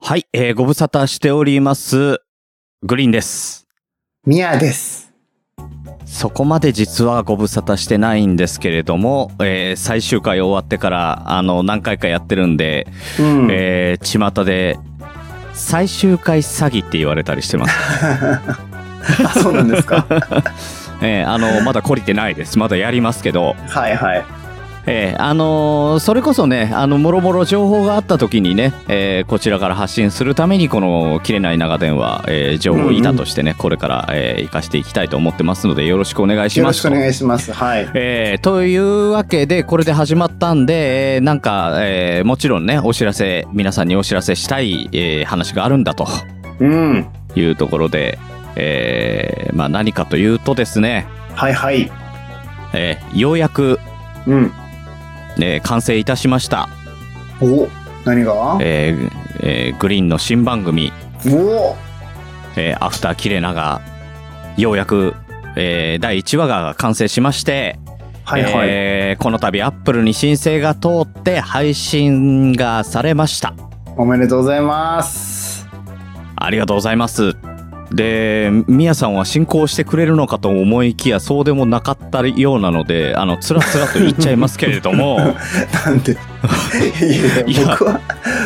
はい、えー、ご無沙汰しております。グリーンです。ミヤです。そこまで実はご無沙汰してないんですけれども、えー最終回終わってから、あの、何回かやってるんで、うん。えー、巷で、最終回詐欺って言われたりして ます。あそうなんで すか。えー、あの、まだ懲りてないです。まだやりますけど、はいはい。えー、あのーそれこそね、あの、もろもろ情報があった時にね、えーこちらから発信するために、この、切れない長電話、えー情報を板としてね、これから、えー活かしていきたいと思ってますので、よろしくお願いしよろましすくと。お願いします。はい。えーというわけで、これで始まったんで、えーなんか、えーもちろんね、お知らせ、皆さんにお知らせしたい、えー話があるんだとうん。いうところで、えーまあ何かというとですね、はいはい。えーようやく、うん。えー完成いたしました。お何がえーえーグリーンの新番組、おえーアフターキレナが、ようやく、えー第1話が完成しまして、はいはい。えーこの度アップルに申請が通って配信がされました。おめでとうございます。ありがとうございます。で、みやさんは進行してくれるのかと思いきや、そうでもなかったようなので、あの、つらつらと言っちゃいますけれど も、なん でいいやや僕は、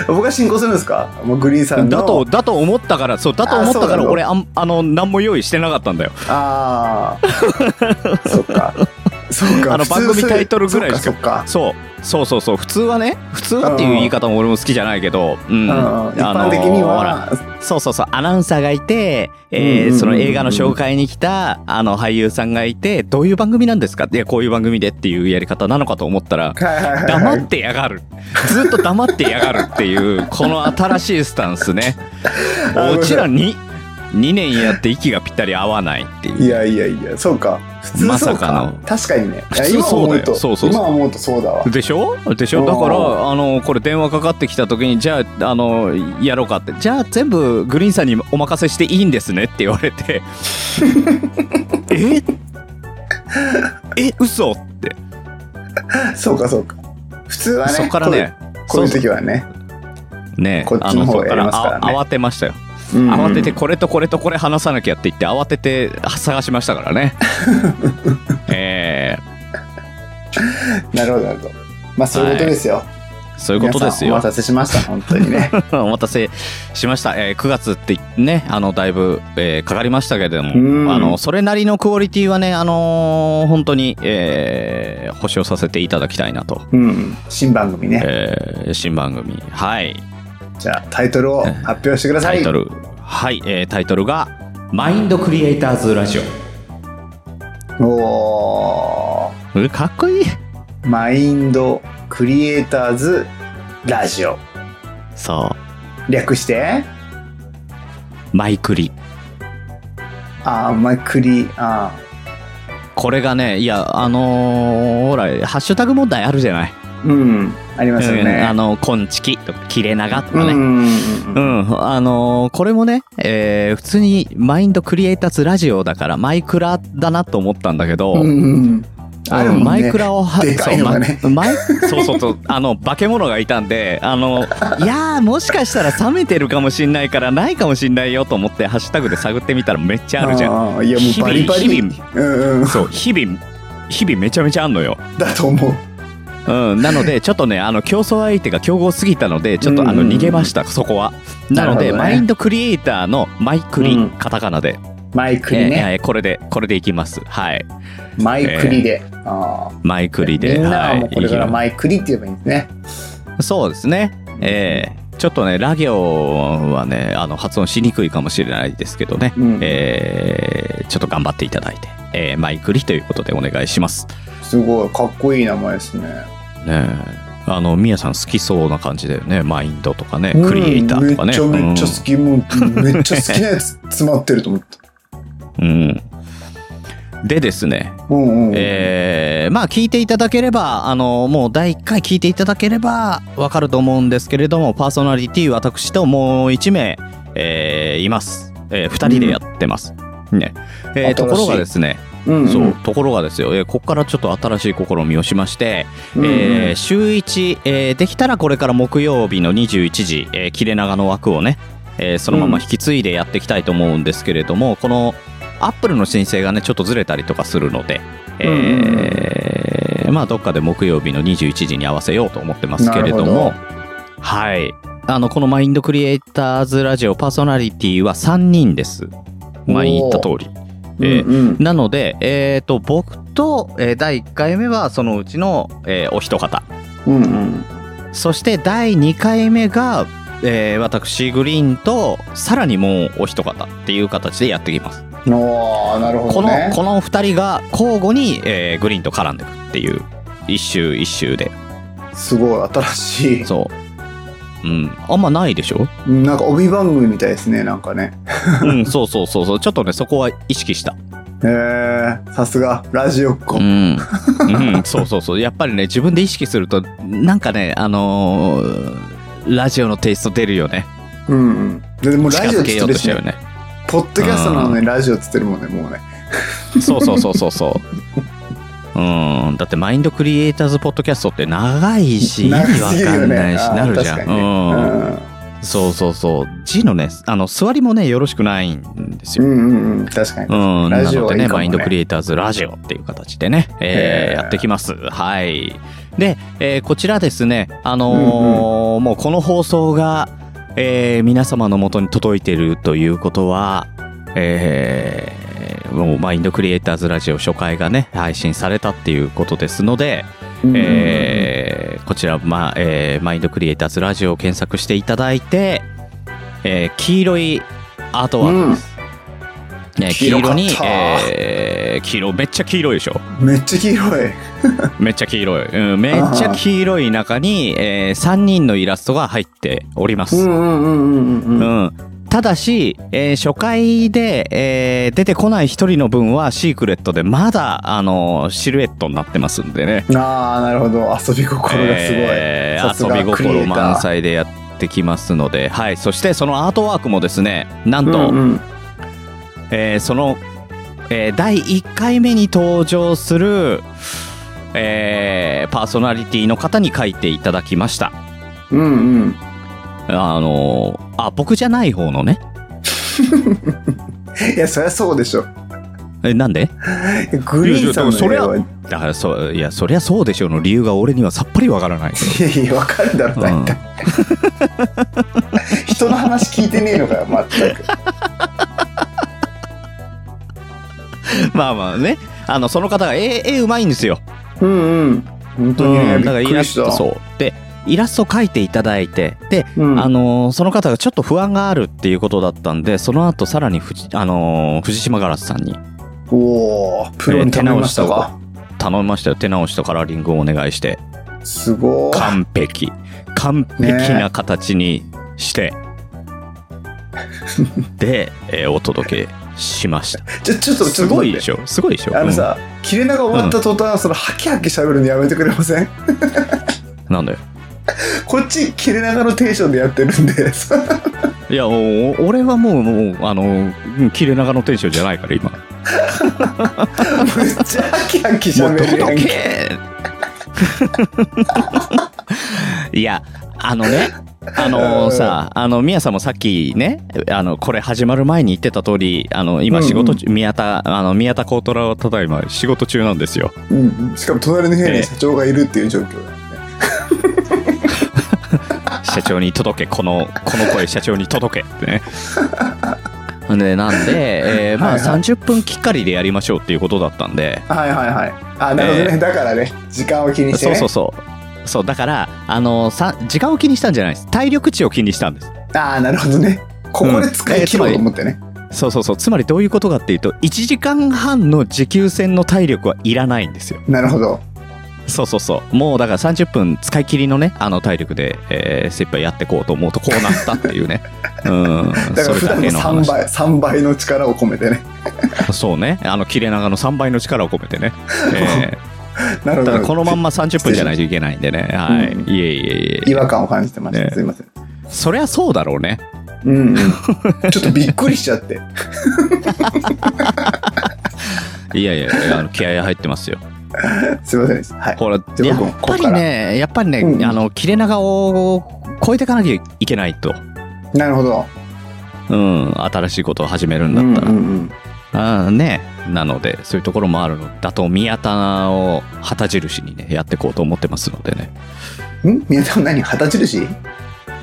僕は進行するんですかもうグリーンさんの。だと、だと思ったから、そう、だと思ったあそかうなら、の俺、あんあの、何も用意してなかったんだよ。ああ。そっ か。そうか。あの普通番組それタイトルぐらいしかそっか。そっそう、そうそうそう、普通はね、普通はっていう言い方も俺も好きじゃないけど、うん。かうん。一あの般的にほらは、そうそうそう、アナウンサーがいて、えうんうんうんうーんその映画の紹介に来た、あの、俳優さんがいて、どういう番組なんですかいや、こういう番組でっていうやり方なのかと思ったら、はいはいはい黙はい。ってやがる。ずっと黙ってやがるっていう、この新しいスタンスね。 あうちらに、2年やって息がぴったり合わないっていう。いやいやいや、そうか。普通まそさうかかの。確かにね。い普や通今そう思だようとそうそうそう今思うとそうだわ。でしょでしょうんだから、あの、これ電話かかってきた時に、じゃあ、あの、やろうかって。じゃあ、全部グリーンさんにお任せしていいんですねって言われ て。ええ、嘘って。そうかそうか。普通はね、そっからね。こうこういうそう時はね、ねこっちの方やりますからあねのそっあ慌てましたよ。うん慌ててこれとこれとこれ話さなきゃって言って慌てて探しましたから ね。えなるほどなるほど。まあそういうことですよ。ー、そういうことですよ。皆さんお待たせしました本当にね。 お待たせしました。えー9月ってね、あの、だいぶ、えーかかりましたけれどうんも、あの、それなりのクオリティはね、あのー本当に、えー保証させていただきたいなと。うん。新番組ね。えー新番組。はい。じゃあタイトルを発表してくださタい。イトル。はい、えータイトルが、マインドクリエイターズラジオ。おうかっこいい。ーマインドクリエイターズラジオそ略してう。マイクリ。あーマイクリあこれがね、いや、あのーほら、ハッシュタグ問題あるじゃない。ーうんありますようんね。あの、こんちきとか、切れ長とうかんうね。んうんううんん、あのーこれもね、えー普通にマインドクリエイターズラジオだからマイクラだなと思ったんだけど、うんうん。あるもんねマイクラをはでかいのがねそうまマイそうそうそう、あの、化け物がいたんで、あ の、いやー、もしかしたら冷めてるかもしんないから、ないかもしんないよと思って、ハッシュタグで探ってみたらめっちゃあるじゃん。あーいやもうバリバリ。日々日うんうん。そう、日々、日々めちゃめちゃあんのよ。だと思う。うん、なの で、ちょっとね、あの、競争相手が競合すぎたので、ちょっとあうんうの、んうん逃げました、そこは。なので、なるほどねマインドクリエイターのマイクリ、うんカタカナで、マイクリね。えーえーこれで、これでいきます。はい。マイクリで。あーマイクリで、みんなは。はいもうこれからいマイクリって言えばいいんですね。きますそうですね。えーちょっとね、ラ行はね、あの、発音しにくいかもしれないですけどね、うんえーちょっと頑張っていただいて、えーマイクリということでお願いします。すごいかっこいい名前ですね。ねえあの、みやさん好きそうな感じだよね。マインドとかね、クリエイターとかね。うんめっちゃめっちゃうん好き、もうめっちゃ好きなやつ詰まってると思った。うん。でですね、うんうんうん。えーまあ聞いていただければ、あの、もう第1回聞いていただければわかると思うんですけれども、パーソナリティ私ともう1名、えーいます。え2人でやってます。ね。えー新しいところがですね、うんそう、ところがですよ、えーここからちょっと新しい試みをしまして、うんうんえー週1、えーできたらこれから木曜日の21時、えー切れ長の枠をね、えーそのまま引き継いでやっていきたいと思うんですけれども、このアップルの申請がねちょっとずれたりとかするので、えーまあどっかで木曜日の21時に合わせようと思ってますけれどもなるはいあのこのマインドクリエイターズラジオパーソナリティは3人です前に言った通りえーうんうんなので、えー、と僕と、えー第1回目はそのうちの、えーお一方うんうんそして第2回目が、えー私グリーンとさらにもうお一方っていう形でやっていきます、おーなるほこどのねこの2人が交互に、えーグリーンと絡んでくっていう一周一周ですごい新しいそううんあんまないでし ょ、うんなんか帯番組みたいですねなんかねうん、そうそうそうそうちょっとねそこは意識したへえさすがラジオっ子うん、うん、そうそうそうやっぱりね自分で意識するとなんかねあのーラジオのテイスト出るよねうんうんでもう近ラジオづっつけっよてうるとししちゃうねよねポッドキャストなのにラジオっつってるもんねもうねそうそうそうそうそううんだってマインドクリエイターズポッドキャストって長いし意味わ長すぎるかよんねないしあーなるじゃん、確かにねうんそうそうそう G のねあの座りもねよろしくないんですうよ、んうんうん確かにうん、ラなジオのはでいいねかもマねインドクリエイターズラジオっていう形でね、えーへーやってきます。はい。で、えーこちらですね、あのーもうこの放送が、えー皆様のもとに届いてるということは、えーもうマインドクリエイターズラジオ初回がね、配信されたっていうことですので、うんうんうんえーこちら、まあえーマインドクリエイターズラジオを検索していただいて、えー黄色いアートワークです。ね黄黄色か色ったに、えー黄色、めっちゃ黄色いでしょ。めっちゃ黄色いめっちゃ黄色い。うん、めっちゃ黄色い中に、え3人のイラストが入っております。うんうんうんうんうんうんただし、えー初回で、えー出てこない一人の分はシークレットでまだ、あのシルエットになってますんでね。ああなるほど遊び心がすごい、えーさすが遊びクリエ心イター満載でやってきますので、はい、そしてそのアートワークもですねなんと、うんうんえーその、えー第1回目に登場する、えーパーソナリティの方に書いていただきましたうんあのーあ僕じゃない方のねうんいやそりゃそうでしょえなんでグリーンさんのいやいや絵はそだからそういやそりゃそうでしょうの理由が俺にはさっぱりわから ないいやいやわかるだろ大体、人の話聞いてねえのかよ全くまあまあねあのその方が絵絵うまいんですようんうん本当にね、うん、だからびっイくラりしストたそうでイラスト描いていただいてで、うんあのーその方がちょっと不安があるっていうことだったんでその後さらに藤,、あのー藤島ガラスさんにおおプロに頼みましたわ、頼みましたよ手直しとカラーリングをお願いしてすごい完璧完璧な形にして、で、えーお届けしま したちょちょっとちょすっとご待いっでてしょすごいでしょあのさ、切れ長終わった途端、そのハキハキ喋るのやめてくれません うんなんだよこっち切れ長のテンションでやってるんで いやお俺はもうもうあのうん切れ長のテンションじゃないから今むっちゃハキハキ喋るやんけいやあのねあのうんさあの宮さんもさっきねあのこれ始まる前に言ってた通りあの今仕事中、宮田あの宮田幸太郎はただいま仕事中なんですようんしかも隣の部屋ええに社長がいるっていう状況なんで社長に届けこのこの声社長に届けってねでなんで、えーまあはいは30分きっかりでやりましょうっていうことだったんではいはいはいあなるほどね、ええだからね時間を気にして、そうね、そうそうそうだからあのさ時間を気にしたんじゃないです体力値を気にしたんですああなるほどねここで使い切ろうと思ってね、そうそうそうつまりどういうことかっていうと1時間半の持久戦の体力はいらないんですよなるほどそうそうそうもうだから30分使い切りのねあの体力で、えー精一杯やっていこうと思うとこうなったっていう ねうんだから普段の3話倍3倍の力を込めてねそうねあの切れ長の3倍の力を込めて ね、えなるーほただどこのまんま30分じゃないといけないんでねはい、うんいえいえいえ違和感を感じてました、ねすいませんそりゃそうだろうねうんうん、ちょっとびっくりしちゃっていやいやいやあの気合い入ってますよ すいませんでした。はい。これじゃやあ僕もっぱここりかねやっぱりね、うんあの切れ長を超えていかなきゃいけないと、なるほど。うん、新しいことを始めるうんんうだんったら、うん。あーねなのでそういうところもあるのだと宮田を旗印にねやっていこうと思ってますのでねん宮田は何旗印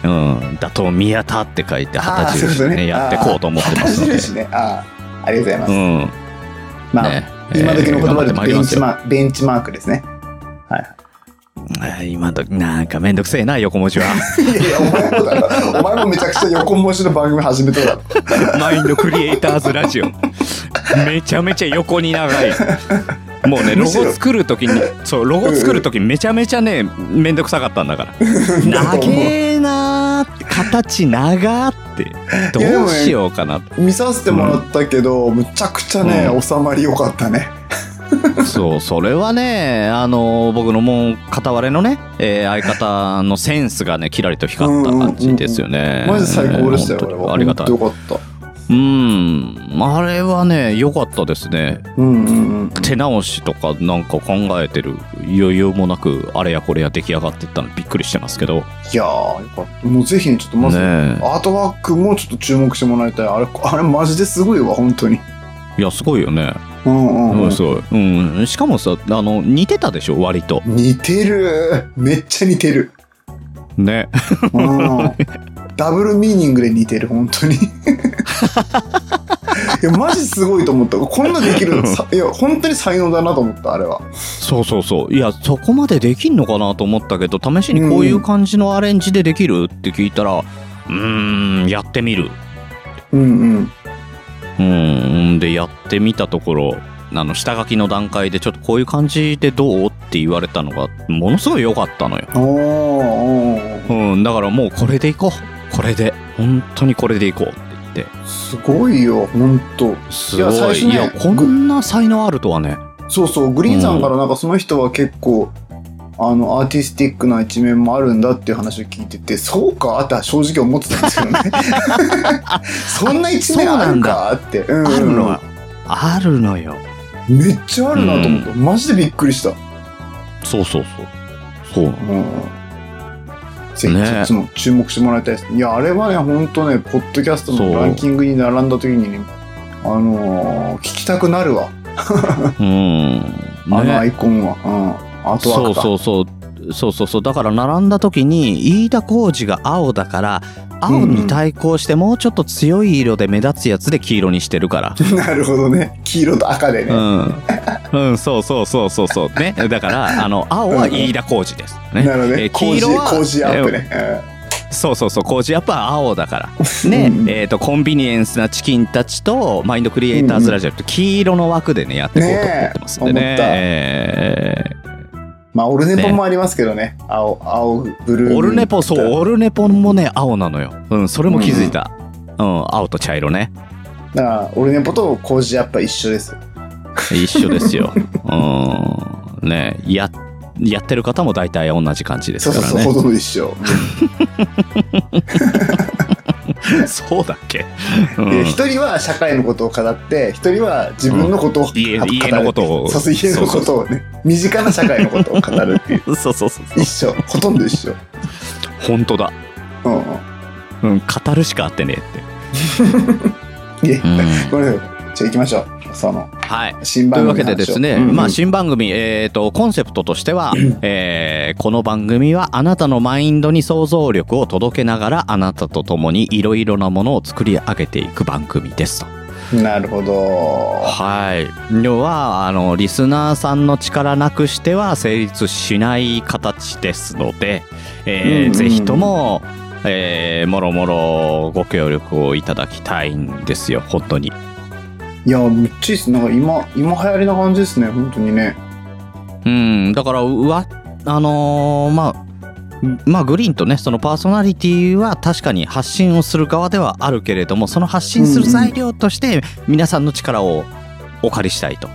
うん、打倒宮田って書いて旗あーそういうこ印とねねやっていこうと思ってます旗ので、印ね。ああ、ありがとうごうざいまん、す。まあ、ね、今時えの言葉ー頑張ってでまいりベまンすチよマベンチマークですね。はい。あー今時なんかめんどくせえな横文字はいやいや、お前もだろ。お前もめちゃくちゃ横文字の番組始めただろ。 マインドクリエイターズラジオめちゃめちゃ横に長いもうねロむゴしろ作る時にそうロゴ作る時めちゃめちゃねめんどくさかったんだから 長えなーって形長ーってどうしようかなって見させてもらったけど、むちゃくちゃね、う収まり良かったね。そう、それはね、あの、僕のもう、片割れのね、えー相方のセンスがね、キラリと光った感じですよね。マジ最高でしたよ、本こ当れには。ありがたい。よかった。うん、あれはね、良かったですね。うんうんうん。手直しとかなんか考えてる余裕もなく、あれやこれや出来上がってったのびっくりしてますけど。いやー、よかった。もうぜひね、ちょっとまず、ねアートワークもちょっと注目してもらいたい。あれ、あれマジですごいわ、本当に。えいや、すごいよね。うんううん、うんん。すごい。うん、しかもさ、あの、似てたでしょ、割と。似てる。めっちゃ似てる。ね。うん ダブルミーニングで似てる、本当に。 いや、マジすごいと思った。こんなできるのさ、いや、本当に才能だなと思った、あれは。そうそうそういやそこまでできんのかなと思ったけど試しにこういう感じのアレンジでできるって聞いたらうーんやってみるうんううん。んでやってみたところあの下書きの段階でちょっとこういう感じでどうって言われたのがものすごい良かったのよ、おーおーうん、だからもうこれでいこうこれで本当にこれでいこうって言ってすごいよ、本当。すいや最ごい初いねやこんな才能あるとはねそうそう、グリーンさんからなんかその人は結構、あの、アーティスティックな一面もあるんだっていう話を聞いてて、そうかって正直思ってたんです よね。そんな一面あるかって。うんうんあるのよあるのよめっちゃあるなと思った。マジでびっくりした。そうそうそうそうなのうんぜひねそっちも注目してもらいたいです、いやあれはね本当ねポッドキャストそうのランキングに並んだ時にねあのー聞きたくなるわうんあねのアイコンは、うん、アートワーそうクだそうそうそうそうそうだから並んだ時に飯田浩二が青だから青に対抗してもうちょっと強い色で目立つやつで黄色にしてるから。 なるほどね黄色と赤でね、うん、うん、そうそうそうそうそうねだからあの青は飯田浩二です、ね、なので、えー工黄事色は工事アップね、えーそうそうそう浩二やっぱ青だからねうんえーとコンビニエンスなチキンたちとマインドクリエイターズラジオと黄色の枠でねやっていこうと思ってますんでねねえ思ったえーまあオルネポもありますけどね青青ブルーオルネポそうオルネポもね青なのようんそれも気づいたうん、青と茶色ねだからオルネポと工事アップは一緒です一緒です ようんねややってる方も大体同じ感じですそうかそうらそう、ねほとんど一緒、 そうだっけ、うでん、一人は社会のことを語って一人は自分のことを語る、家家のことをそうそう家のことをね身近な社会のことを語るっていうそうそうそう一緒ほとんど一緒、本当だ、うんうん、うん、語るしかあってねえって、いえ、ごめんなさいじゃあ行きましょうそのはい新とい番うわ組けの話でをですね、うんうんまあ、新番組、えー、とコンセプトとしては、えーこの番組はあなたのマインドに想像力を届けながらあなたと共にいろいろなものを作り上げていく番組ですと。なるほどはい、要はあのリスナーさんの力なくしては成立しない形ですので、うんうんえーうんぜひとも、えーもろもろご協力をいただきたいんですよ本当に。いやむっちいっすなんか今今流行りな感じですね本当にねうん、だからうわあのーまあまあグリーンとねそのパーソナリティは確かに発信をする側ではあるけれどもその発信する材料として皆さんの力をお借りしたいと。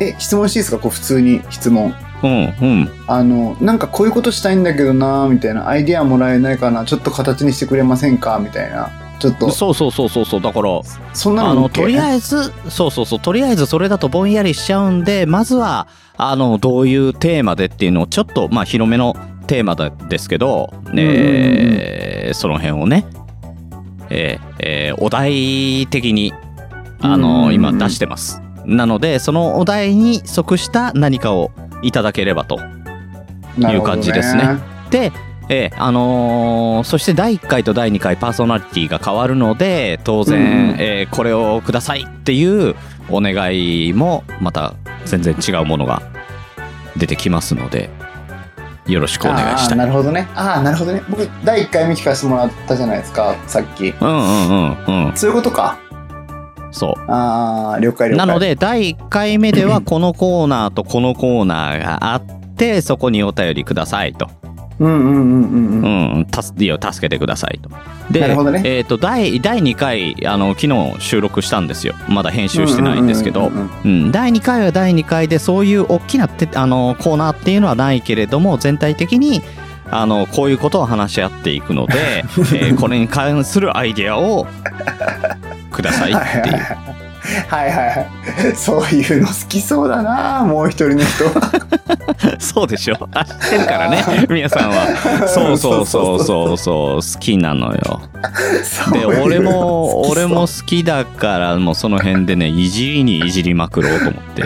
え質問していいですかこう普通に質問うんうんあのなんかこういうことしたいんだけどなみたいなアイディアもらえないかなちょっと形にしてくれませんかみたいなちょっとそうそうそうそうそうだからそんなあののとりえあえずそうそうそうとりあえずそれだとぼんやりしちゃうんでまずはあのどういうテーマでっていうのをちょっとまあ広めのテーマだですけど、ねその辺をね、えーえーお題的にあうんうんうのん今出してますなのでそのお題に即した何かをいただければとずいう感じですねで、えーあのーそして第1回と第2回パーソナリティが変わるので当然、うんうんえーこれをくださいっていうお願いもまた全然違うものが出てきますのでよろしくお願いしたい。なるほどねああなるほどね僕第1回目聞かせてもらったじゃないですかさっきうんうんうんうんそういうことかそああ了解う了解なので第1回目で はこのコーナーとこのコーナーがあってそこにお便りくださいとうんうんうんうんうんうん、たすいいよ助けてくださいと。で、なるほどねえっ、と第第2回あの昨日収録したんですよ。まだ編集してないんですけうどう、んうん、第2回は第2回でそういう大きなてあのコーナーっていうのはないけれども、全体的にあのこういうことを話し合っていくの で、えーこれに関するアイデアをくださいっていう。はいはいはいそういうの好きそうだなもう一人の人そうでしょ。あ知ってるからね、皆さんは。そうそうそうそうそう好きなのよ。そういで 俺うの好もきそう俺も好きだからもうその辺でねいじりにいじりまくろうと思って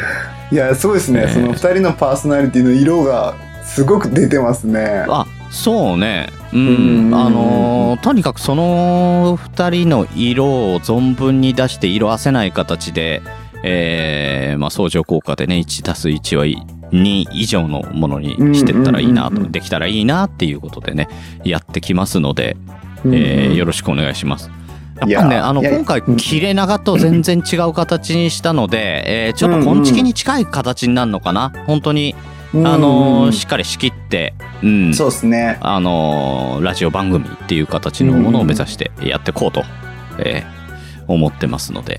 いやそうですね、ええその二人のパーソナリティの色がすごく出てますね あそうねううんんあのーとにかくその2人の色を存分に出して色あせない形でえーまあ相乗効果でね 1+1 は2以上のものにしてったらいいなうんうんうんとうんできたらいいなっていうことでねやってきますのでうんえーよろしくお願いします。いやっやぱね、あの、いや今回うん、切れ長と全然違う形にしたので、えーちょっと昆虫に近い形になるのかな本当に、うんあうんのうーんしっかり仕切って、うん。そうですねあのーラジオ番組っていう形のものを目指してやっていこうと、えー思ってますので。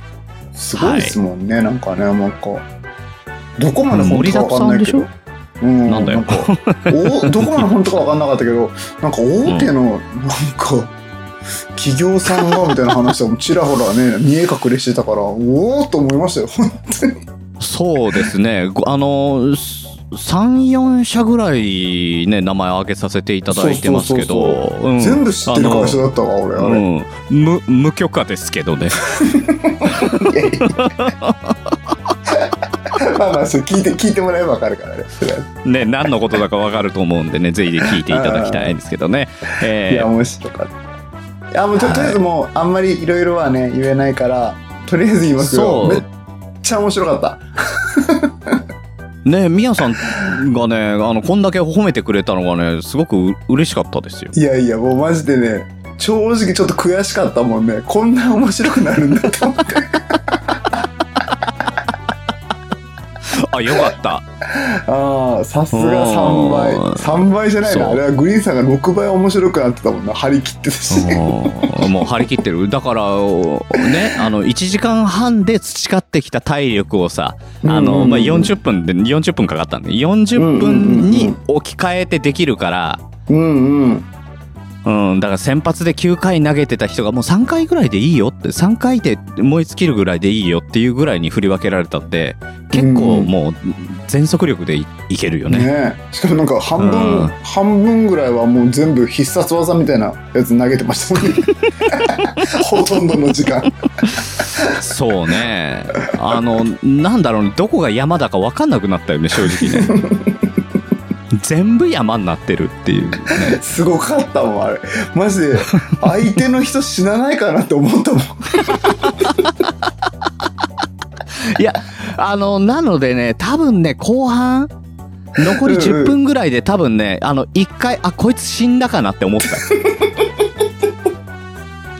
すごいですもんね、なんかねなんかどこまで本当かわかんないけ盛りどうんなんだよかおどこまで本当かわかんなかったけどなんか大手の、なんか企業さんがみたいな話はちらほらね見え隠れしてたからおおと思いましたよ本当にそうですね、ごあのー、す3、4社ぐらいね、名前を挙げさせていただいてますけそうそうど、うん全部知ってる会社だったわ俺あうれ、ん、無無許可ですけどねいやいや まあまあそう聞いて聞いてもらえばわかるからねそれはね何のことだかわかると思うんで ねぜひ聞いていただきた いんですけどね、いえやー面白かったいやもうととりあえずもうあんまりいろいろはね言えないからとりあえず言いますよそめっうちゃ面白かったねみやさんがねあのこんだけ褒めてくれたのがねすごくう嬉しかったですよいやいやもうマジでね正直ちょっと悔しかったもんねこんな面白くなるんだと思って あよかったああさすが3倍うん3倍じゃないそなうあれはグリーンさんが6倍面白くなってたもんな張り切ってたしうんもう張り切ってるだからねあの1時間半で培ってきた体力をさあの、まあ、40分で40分かかったんで40分に置き換えてできるから、うんうんうん、だから先発で9回投げてた人がもう3回ぐらいでいいよって3回で燃え尽きるぐらいでいいよっていうぐらいに振り分けられたんで結構もう全速力でいいけるよね。ねえしかもなんか半分、うん半分ぐらいはもう全部必殺技みたいなやつ投げてましたもんね ほとんどの時間そうねあのなんだろうねどこが山だか分かんなくなったよね正直ね。全部山になってるっていう、ね、すごかったもんあれマジで相手の人死なないかなって思ったもんいやあのなのでね多分ね後半残り10分ぐらいで多分ねあの一回あこいつ死んだかなって思 った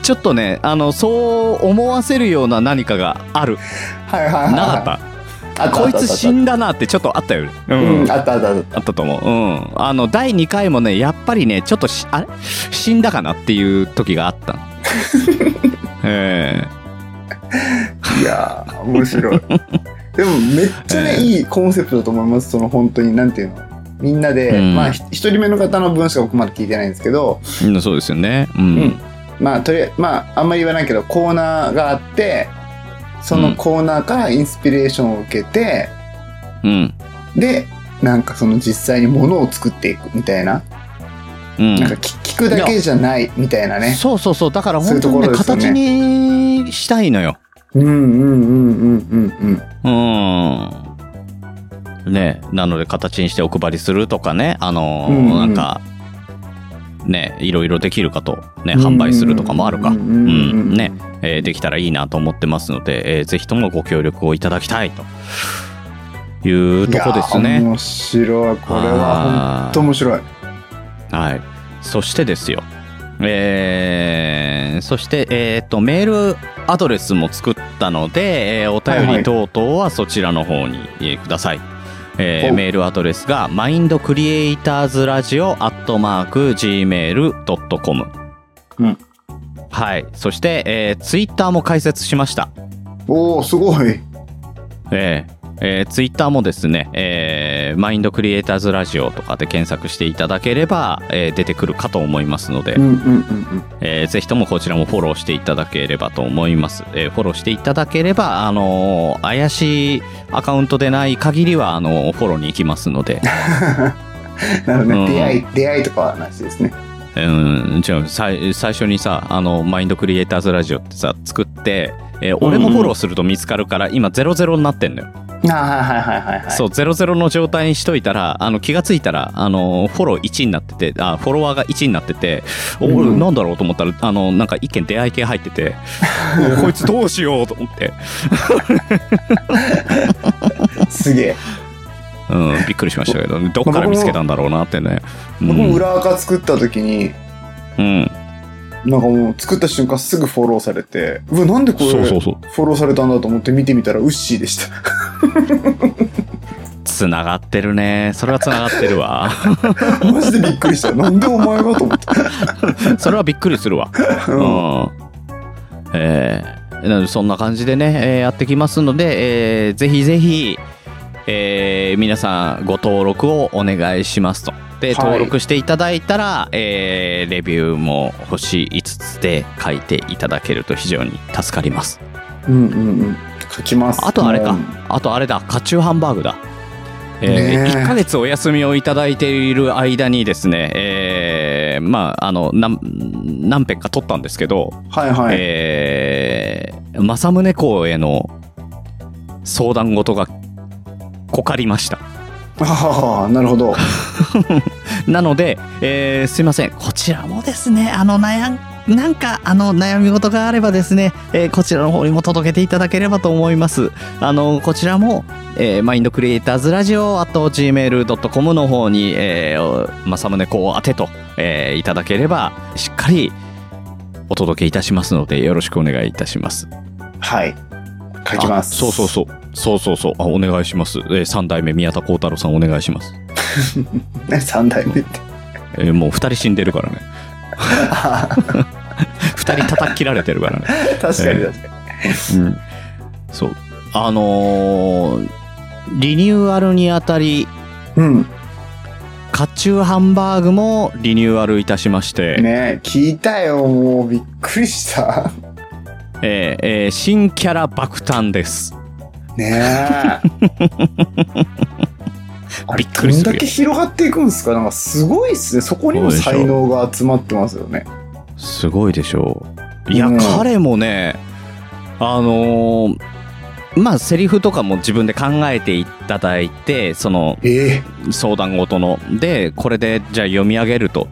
ちょっとねあのそう思わせるような何かがあるはいはいはないかったあこいつ死んんだなってちょっとあったよねううんんあったあったあっあったと思ううんあの第2回もねやっぱりねちょっとしあれ死んだかなっていう時があった えたいやー面白いでもめっちゃね、 ええいいコンセプトだと思いますその本当になんていうのみんなで、うんまあひ一人目の方の分しか僕まだ聞いてないんですけど、えうんそうですよねううんんまあとりあえずまああんまり言わないけどコーナーがあってそのコーナーからインスピレーションを受けて、うんでなんかその実際にものを作っていくみたいな,、うんなんか聞聞くだけじゃないみたいなねそうそうそうだから本当そにういうねところですよね形にしたいのようんうんうんうんうんうんうんねなので形にしてお配りするとかねあのーうんうんなんかねいろいろできるかとね販売するとかもあるかうんうんうんうんうんねえーできたらいいなと思ってますので、えーぜひともご協力をいただきたいというとこですいやーね面白いこれはあー本当面白いはい。そしてですよ。えー、そして、えー、と、メールアドレスも作ったので、えーお便り等々はそちらの方に、えーください。えーおメールアドレスが mindcreatorsradio.gmail.com うんはい。そして、えー、ツイッターも開設しました。おおすごいえええツイッター Twitter もですね、えーマインドクリエイターズラジオとかで検索していただければ、えー出てくるかと思いますので、うんうんうんえーぜひともこちらもフォローしていただければと思います。えーフォローしていただければ、あのー怪しいアカウントでない限りは、あのーフォローに行きますの で、うん なるほどね、うん出会い出会いとかはなしですねうん、違う、最最初にさ、あの、マインドクリエイターズラジオってさ、作って、えー俺もフォローすると見つかるから、今00になってんのよ。あーはいはいはいはいはいそう、00の状態にしといたら、あの、気がついたら、あの、フォロー1になってて、あ、フォロワーが1になってて、お、うんうんなんだろうと思ったら、あの、なんか一件出会い系入って て、おこいつどうしようと思って、すげえうん、びっくりしましたけど、どっから見つけたんだろうなってね。う僕もん。裏垢作った時にうん、なんかもう作った瞬間すぐフォローされてうわなんでこれそうそうそう。フォローされたんだと思って見てみたらウッシーでした つながってるね。それはつながってる わ。マジでびっく りしたなんでお前がと思ってそれはびっくりするわ。うんうん。えーなのでそんな感じでね、えーやってきますので、えーぜひぜひ、えー皆さんご登録をお願いしますと。で、はい登録していただいたら、えーレビューも星5つで書いていただけると非常に助かります。うんうんうん書きますあとあれかもう、あとあれだ、カチューハンバーグだ。えーねえ1ヶ月お休みをいただいている間にですね、えーまあ、あの、なん何編か撮ったんですけど、はいはい、えー政宗公への相談事がこかりました。ああなるほどなので、えーすいません。こちらもですね、あの悩ん、なんか、あの、悩み事があればですね、えーこちらの方にも届けていただければと思います。あの、こちらも、えー、マインドクリエイターズラジオ、あと gmail.com の方に、えー、まさむねこう当てと、えーいただければ、しっかりお届けいたしますので、よろしくお願いいたします。はい書きますあそうそうそう。そうそうそう。あ、お願いします。えー、三代目宮田幸太郎さんお願いします。うね3代目ってえーもう二人死んでるからね。 あー二人叩き切られてるからね。確かに確かうに、ん。そう。あのーリニューアルにあたり、うんカチューハンバーグもリニューアルいたしまして、ね聞いたよもうびっくりしたえーえー新キャラ爆誕です。ねえ あれびっくりするよどんだけ広がっていくんですかなんかすごいっすねそこにも才能が集まってますよねすごいでしょう。いや、うん彼もね、あのーまあ、セリフとかも自分で考えていただいて、その、ええ相談事のでこれでじゃあ読み上げると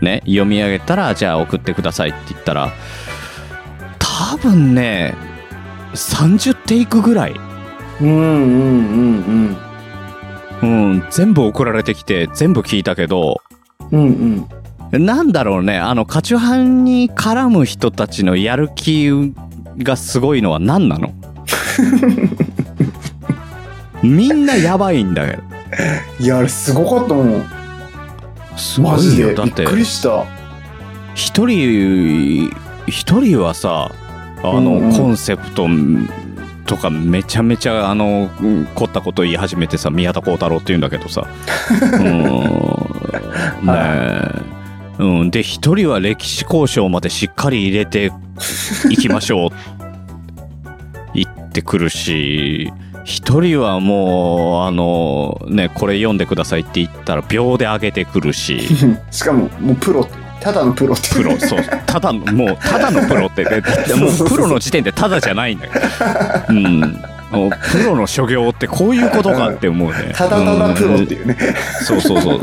ね読み上げたらじゃあ送ってくださいって言ったら多分ね30テイクぐらい、うんうんうんうん、全部送られてきて全部聞いたけどうんうんうんなんだろうねあのカチュハンに絡む人たちのやる気がすごいのは何なの みんなやばいんだけどいやあれすごかったもんすごマいジよでだびっってくりした一人一人はさあの、うんうんコンセプトとかめちゃめちゃあのうん凝ったこと言い始め てさ宮田幸太郎って言うんだけどさうーんねえうん、で一人は歴史交渉までしっかり入れていきましょう言ってくるし一人はもうあのねこれ読んでくださいって言ったら秒で上げてくるし しかももうプロただのプロってプ ロそうただのもうただのプロってねだってもうプロの時点でただじゃないんだからうんもうプロの所業ってこういうことかって思うねただただプロっていうね、そうそうそう。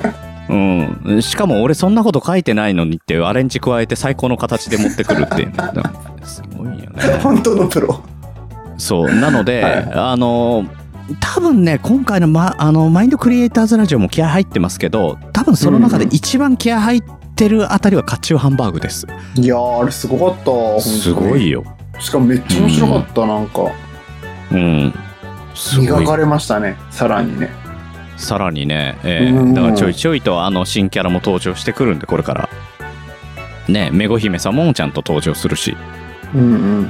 うん、しかも俺そんなこと書いてないのにっていうアレンジ加えて最高の形で持ってくるっていう ね、すごいよね。 本当のプロそうなので、はいあの多分ね今回の,、ま、あのマインドクリエイターズラジオも気合入ってますけど多分その中で一番気合入ってるあたりはカチューハンバーグです。いやーあれすごかった本当にすごいよ。しかもめっちゃ面白かった、なんかうん。すご磨いかれましたねさらにねさらにね、えーうんだからちょいちょいとあの新キャラも登場してくるんでこれから。ねめご姫様もちゃんと登場するし。うんうんうん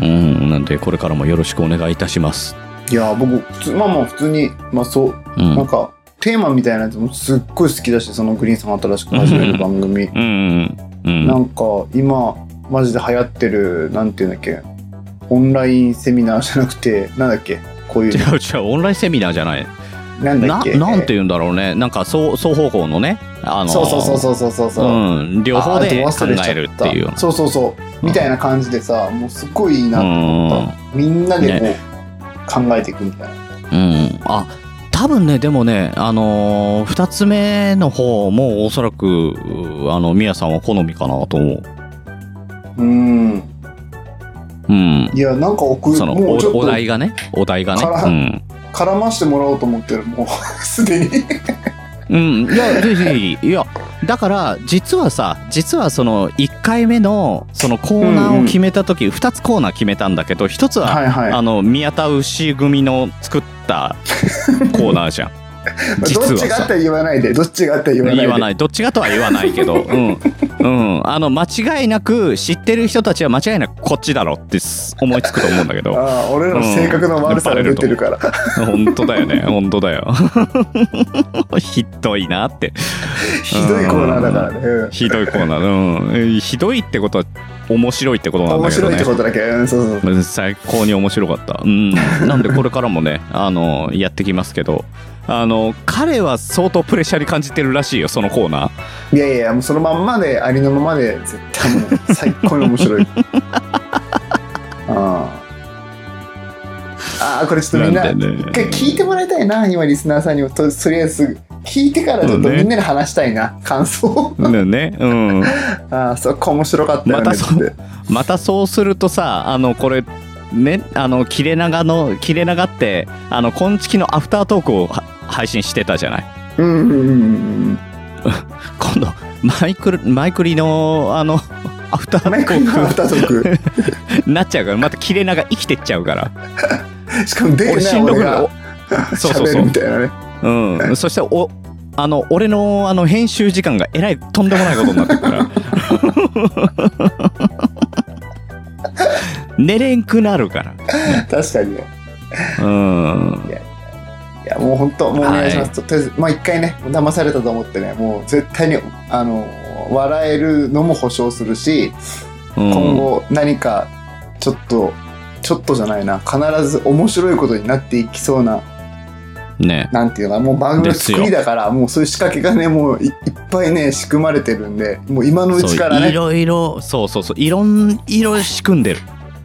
うん、なんでこれからもよろしくお願いいたします。いやー僕普通まあまあ普通にまあそううなんん。かテーマみたいなやつもすっごい好きだしそのグリーンさんが新しく始める番組うん。う。なんんか今マジで流行ってるなんていうんだっけオンラインセミナーじゃなくてなんだっけこうい違うう違う、オンラインセミナーじゃない。なんだな、っけなんて言うんだろうね。なんか、双双方向のね。あの、そうそうそうそうそうそうそうう、ん。両方であ考あと忘れちゃえるっていうような。そうそうそう、みたいな感じでさもうすっごいいいなうと思んっ。た、みんなでこう、考えていくみたいなうん。あ、多分ね、でもね、あのー、二つ目の方もおそらく、うあの、みやさんは好みかなと思う。うんうん。いやなんか奥その、もおうちょっとお題がね、お題がねから。うん。絡ましてもらおうと思ってるもう すでにうん、いや、ぜひぜひ。いや、だから、実はさ、実はその、1回目の、そのコーナーを決めたとき、2つコーナー決めたんだけど、1つは、はいはいあの、宮田牛組の作ったコーナーじゃん。実はさ どっちがあったら言わないでどっちがあったら言わないで言わない。どっちがとは言わないけ ど、うん。うん。あの、間違いなく、知ってる人たちは間違いなくこっちだろって思いつくと思うんだけど。ああ俺らの性格の悪さが出てるから、本当だよね。本当だよ。 ひどいなって。 ひどいコーナーだからね、うんひどいコーナー。うんえ。ひどいってことは面白いってことなんだ面けど白いねって。ことだけうんそうそう最高に面白かった。うん。なんでこれからもね、あの、やってきますけど、あの、彼は相当プレッシャーに感じてるらしいよ、そのコーナー。いやいやいやもうそのまんまでありのままで絶対もう最高に面白い ああああこれちょっとみんななんでね一回聞いてもらいたいな今リスナーさんにもととりあえず聞いてからちょっとそうねみんなで話したいな、感想だよね。うん。ああそこ面白かったよまねたっそてまたそうするとさ、あの、これ、ね、あの、切れ長の、切れ長って、あの、今月のアフタートークをは配信してたじゃない。うんうんうんうん今度、マイクル、マイクリの、 あの、アフタートマイクーのクアフタートークなっちゃうからまた切れ長生きてっちゃうからしかも出俺るしなんどく俺ながるおそうそう喋そるうみたいなねうんそしておあの俺のあの編集時間がえらいとんでもないことになってるから 寝れんくなるか確かにねらうんいやもう本当もうお願いします、はととりあえずまあ一回ね騙されたと思ってねもう絶対にあの笑えるのも保証するし、うん今後何かちょっとちょっとじゃないな必ず面白いことになっていきそうなねなんていうのかなもう番組の作ですりよだからもうそういう仕掛けがねもういいっぱいね仕組まれてるんでもう今のうちからそういねろいろそうそうそういろんいろ仕組んでる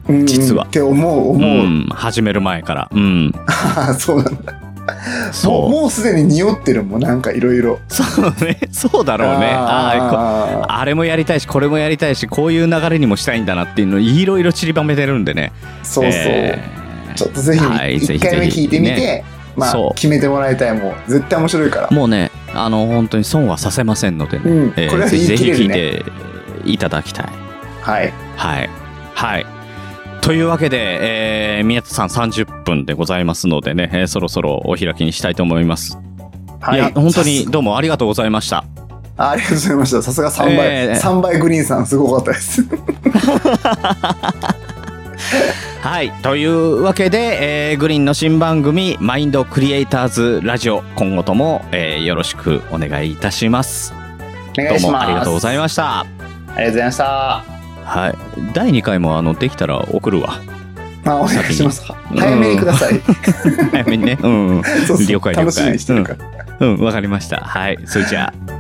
うんうん実はって思うう思う、ん始める前からうんああそうなんだもうそもうすでに匂ってるもんなんかいろいろうそうねそうだろうねああこあーあれもやりたいしこれもやりたいしこういう流れにもしたいんだなっていうのをいろいろ散りばめてるんでねそうそう、えちょっとぜひはいぜひ1回目ぜひ聞いてみて、ねまそあう決めてもらいたいもう絶対面白いからーもうねあの本当に損はさせませんのでね、うんえーこれはぜひぜ言いひ切れ聞るいねていただきたいはいはいはいというわけで、えー宮田さん30分でございますのでね、えーそろそろお開きにしたいと思います、、はいいや本当にさすどうもありがとうございましたあありがとうございましたさすが3ええ倍、三倍グリーンさんすごかったですはい。というわけで、えーグリーンの新番組、マインドクリエイターズラジオ、今後とも、えーよろしくお願いいたします。お願どいうしもますありがとうございました。ありがとうございましたはい、第2回もあのできたら送るわ。あお願いします早めにください、早めにね。うん、うん、 そうそう了解了解楽しみにしてるかうら、ん、わかりました。はい、それじゃあ。